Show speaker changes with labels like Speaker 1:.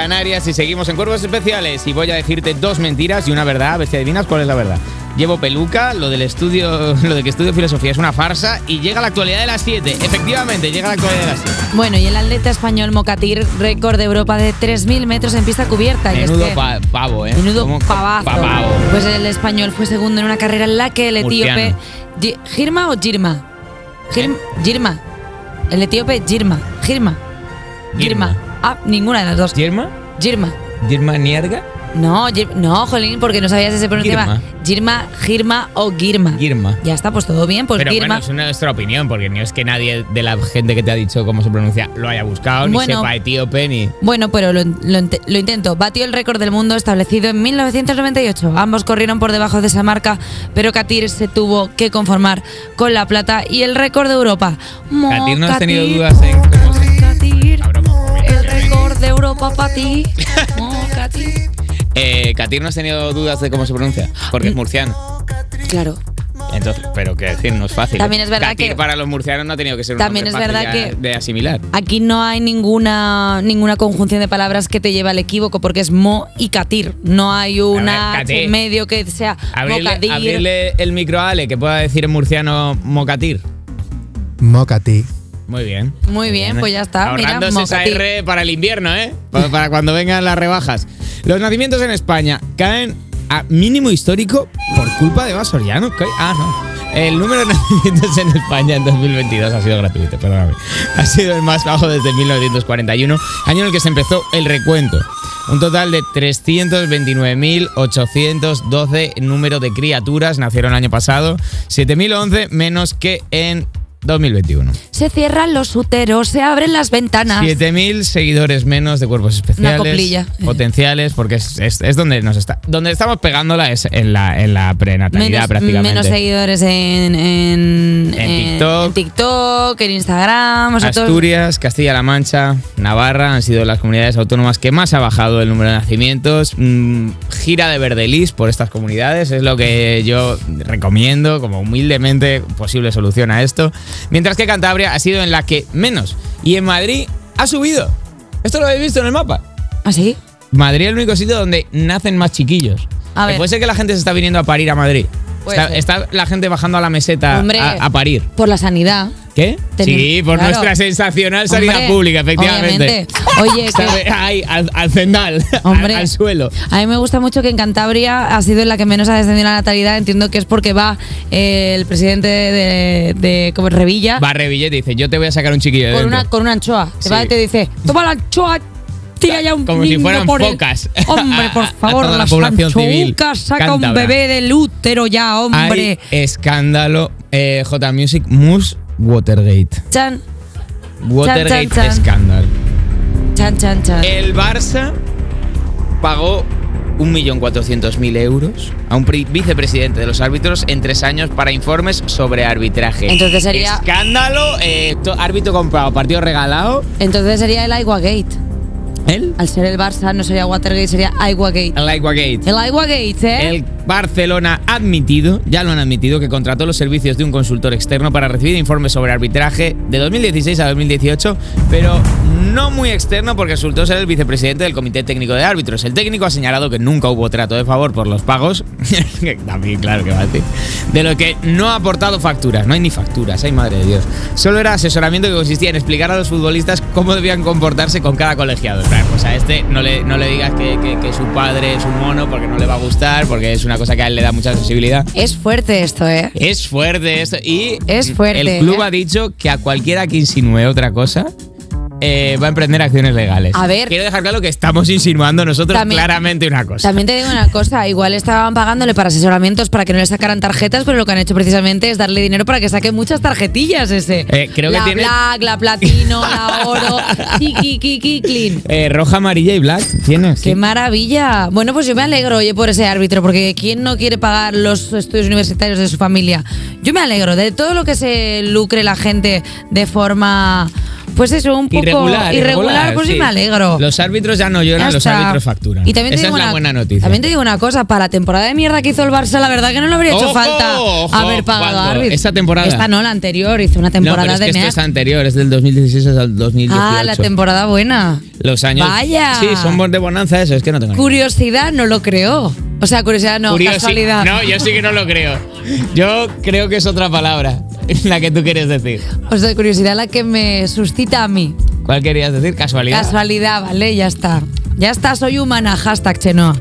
Speaker 1: Canarias y seguimos en Cuervos Especiales y voy a decirte dos mentiras y una verdad, a ver si adivinas cuál es la verdad. Llevo peluca, lo del estudio, lo de que estudio filosofía es una farsa y llega la actualidad de las 7. Efectivamente, llega la actualidad de las 7.
Speaker 2: Bueno, y el atleta español Mocatir, récord de Europa de 3.000 metros en pista cubierta. y es
Speaker 1: Menudo
Speaker 2: que-
Speaker 1: pa- pavo, ¿eh?
Speaker 2: Menudo
Speaker 1: ¿Cómo?
Speaker 2: pavazo.
Speaker 1: Papavo.
Speaker 2: Pues el español fue segundo en una carrera en la que el etíope.
Speaker 1: Murciano. ¿Eh?
Speaker 2: Gi- ¿Girma o Girma? Gir- Girma. El etíope Girma. Girma.
Speaker 1: Girma.
Speaker 2: Girma. Ah, ninguna de las dos.
Speaker 1: ¿Yerma?
Speaker 2: Girma.
Speaker 1: ¿Yerma Nierga?
Speaker 2: No, Gir- no, Jolín, porque no sabías si se pronunciaba Girma, Girma o Girma.
Speaker 1: Girma.
Speaker 2: Ya está, pues todo bien, pues
Speaker 1: Pero
Speaker 2: Girma.
Speaker 1: bueno, es nuestra opinión, porque no es que nadie de la gente que te ha dicho cómo se pronuncia lo haya buscado, ni
Speaker 2: Bueno.
Speaker 1: sepa etíope, ni...
Speaker 2: Bueno, pero lo, lo int- lo intento. Batió el récord del mundo establecido en 1998. Ambos corrieron por debajo de esa marca, pero Katir se tuvo que conformar con la plata y el récord de Europa. Mo,
Speaker 1: Katir, no has tenido
Speaker 2: Katir,
Speaker 1: dudas en cómo se-
Speaker 2: Katir,
Speaker 1: Cabrón,
Speaker 2: el récord de Europa para ti. Mo, Katir.
Speaker 1: Eh, Katir, ¿no has tenido dudas de cómo se pronuncia? Porque es murciano.
Speaker 2: Claro.
Speaker 1: Entonces, pero qué decir, no es fácil.
Speaker 2: También es verdad
Speaker 1: Katir
Speaker 2: que-
Speaker 1: para los murcianos no ha tenido que ser un
Speaker 2: También
Speaker 1: nombre
Speaker 2: es
Speaker 1: fácil
Speaker 2: verdad
Speaker 1: a-
Speaker 2: que-
Speaker 1: de asimilar.
Speaker 2: Aquí no hay ninguna, ninguna conjunción de palabras que te lleve al equívoco, porque es Mo y Katir. No hay una
Speaker 1: Katir.
Speaker 2: H en medio que sea Mo,
Speaker 1: Abrirle,
Speaker 2: Katir.
Speaker 1: abrirle el micro a Ale que pueda decir en murciano mocatir.
Speaker 3: Mocati.
Speaker 1: Muy bien.
Speaker 2: Muy bien, pues ya está. Mira,
Speaker 1: Ahorrándose esa
Speaker 2: mocatir.
Speaker 1: R para el invierno, ¿eh? Pa- Para, cuando vengan las rebajas. Los nacimientos en España caen a mínimo histórico por culpa de Eva Soriano. ¿qué? Ah, no. El número de nacimientos en España en 2022 ha sido gratuito, perdóname. Ha sido el más bajo desde 1941, año en el que se empezó el recuento. Un total de 329.812 número de criaturas nacieron el año pasado, 7.011 menos que en 2021.
Speaker 2: Se cierran los úteros, se abren las ventanas.
Speaker 1: 7.000 seguidores menos de cuerpos especiales.
Speaker 2: Una coplilla. eh.
Speaker 1: Potenciales, porque es, es- es donde nos está. Donde estamos pegándola es en la, en la prenatalidad
Speaker 2: Menos,
Speaker 1: prácticamente.
Speaker 2: menos seguidores en, en,
Speaker 1: En TikTok.
Speaker 2: en TikTok, en Instagram. O sea, todo-
Speaker 1: Asturias, Castilla-La Mancha, Navarra han sido las comunidades autónomas que más ha bajado el número de nacimientos. Mm, gira de verdelis por estas comunidades es lo que yo recomiendo como humildemente posible solución a esto. Mientras que Cantabria ha sido en la que menos. Y en Madrid ha subido. Esto lo habéis visto en el mapa.
Speaker 2: ¿Ah, sí?
Speaker 1: Madrid es el único sitio donde nacen más chiquillos.
Speaker 2: A ver.
Speaker 1: Puede ser que la gente se está viniendo a parir a Madrid.
Speaker 2: Puede
Speaker 1: Está,
Speaker 2: ser.
Speaker 1: está la gente bajando a la meseta
Speaker 2: Hombre.
Speaker 1: a, a parir.
Speaker 2: Por la sanidad.
Speaker 1: ¿Qué?
Speaker 2: Tenemos-
Speaker 1: sí, por
Speaker 2: claro.
Speaker 1: nuestra sensacional salida
Speaker 2: Hombre,
Speaker 1: pública, efectivamente.
Speaker 2: obviamente. Oye, que-
Speaker 1: ¿Sabe? Ahí, al, al cendal,
Speaker 2: Hombre.
Speaker 1: al, al suelo.
Speaker 2: A mí me gusta mucho que en Cantabria ha sido en la que menos ha descendido la natalidad. Entiendo que es porque va eh, el presidente de, de como Revilla
Speaker 1: Barre billete y dice, yo te voy a sacar un chiquillo de
Speaker 2: con, una,
Speaker 1: dentro.
Speaker 2: con una anchoa. Te
Speaker 1: Sí.
Speaker 2: va y te dice: Toma la anchoa, tira ya un
Speaker 1: Como si
Speaker 2: niño
Speaker 1: fueran
Speaker 2: por el-".
Speaker 1: focas.
Speaker 2: Hombre, por
Speaker 1: A- a
Speaker 2: favor,
Speaker 1: toda la
Speaker 2: las
Speaker 1: población civil
Speaker 2: anchoucas, saca un
Speaker 1: cántabra.
Speaker 2: bebé del útero ya, hombre.
Speaker 1: Hay escándalo eh, J Music Moose Watergate.
Speaker 2: Chan,
Speaker 1: Watergate
Speaker 2: chan.
Speaker 1: escándalo.
Speaker 2: chan, chan, chan.
Speaker 1: El Barça pagó 1.400.000 euros a un pri- vicepresidente de los árbitros en tres años para informes sobre arbitraje.
Speaker 2: Entonces sería-
Speaker 1: Escándalo, eh, to- árbitro comprado, partido regalado.
Speaker 2: Entonces sería el Aiguagate.
Speaker 1: ¿El?
Speaker 2: Al ser el Barça no sería Watergate, sería Aiguagate.
Speaker 1: El Aquagate.
Speaker 2: El Aiguagate, ¿eh?
Speaker 1: El Barcelona ha admitido, ya lo han admitido, que contrató los servicios de un consultor externo para recibir informes sobre arbitraje de 2016 a 2018, pero no muy externo porque resultó ser el vicepresidente del Comité Técnico de Árbitros. El técnico ha señalado que nunca hubo trato de favor por los pagos, que también claro que va a decir, de lo que no ha aportado facturas, no hay ni facturas, ay madre de Dios. Solo era asesoramiento que consistía en explicar a los futbolistas cómo debían comportarse con cada colegiado. En plan, Pues a este no le, no le digas que, que- que su padre es un mono porque no le va a gustar, porque es una cosa que a él le da mucha sensibilidad.
Speaker 2: Es fuerte esto, ¿eh?
Speaker 1: Es fuerte esto. Y
Speaker 2: Es fuerte,
Speaker 1: el club
Speaker 2: ¿eh?
Speaker 1: ha dicho que a cualquiera que insinúe otra cosa eh, va a emprender acciones legales.
Speaker 2: A ver.
Speaker 1: Quiero dejar claro que estamos insinuando nosotros
Speaker 2: También-
Speaker 1: claramente una cosa.
Speaker 2: También te digo una cosa, igual estaban pagándole para asesoramientos para que no le sacaran tarjetas, pero lo que han hecho precisamente es darle dinero para que saque muchas tarjetillas ese.
Speaker 1: Eh, creo que
Speaker 2: la
Speaker 1: tiene-
Speaker 2: black, la platino, la oro, chiqui, chiqui, clean.
Speaker 1: Eh, roja, amarilla y black. ¿Tienes?
Speaker 2: ¡Qué maravilla! Bueno, pues yo me alegro, oye, por ese árbitro, porque ¿quién no quiere pagar los estudios universitarios de su familia? Yo me alegro de todo lo que se lucre la gente de forma Pues eso, un poco irregular, pues sí. me alegro.
Speaker 1: Los árbitros ya no
Speaker 2: Ya
Speaker 1: lloran, los
Speaker 2: está.
Speaker 1: árbitros facturan.
Speaker 2: Y también te
Speaker 1: Esa
Speaker 2: digo
Speaker 1: es la
Speaker 2: una-
Speaker 1: buena noticia.
Speaker 2: También te digo una cosa, para la temporada de mierda que hizo el Barça, la verdad que no le habría hecho
Speaker 1: Ojo,
Speaker 2: falta
Speaker 1: ojo,
Speaker 2: haber pagado
Speaker 1: ¿cuándo?
Speaker 2: a árbitros.
Speaker 1: ¿Esta temporada?
Speaker 2: Esta no, la anterior, hizo una
Speaker 1: no,
Speaker 2: temporada
Speaker 1: pero es
Speaker 2: de
Speaker 1: que esto
Speaker 2: mea-
Speaker 1: es anterior, es del 2016 al 2018.
Speaker 2: Ah, la temporada buena.
Speaker 1: Los años.
Speaker 2: Vaya.
Speaker 1: Sí, son de bonanza eso, es que no tengo ni idea.
Speaker 2: Curiosidad no lo creó. O sea, curiosidad no,
Speaker 1: Curiosi-
Speaker 2: casualidad.
Speaker 1: No, yo sí que no lo creo. Yo creo que es otra palabra, la que tú quieres decir.
Speaker 2: O sea, curiosidad la que me suscita a mí.
Speaker 1: ¿Cuál querías decir? Casualidad.
Speaker 2: Casualidad, vale, ya está. Ya está, soy humana, hashtag Chenoa.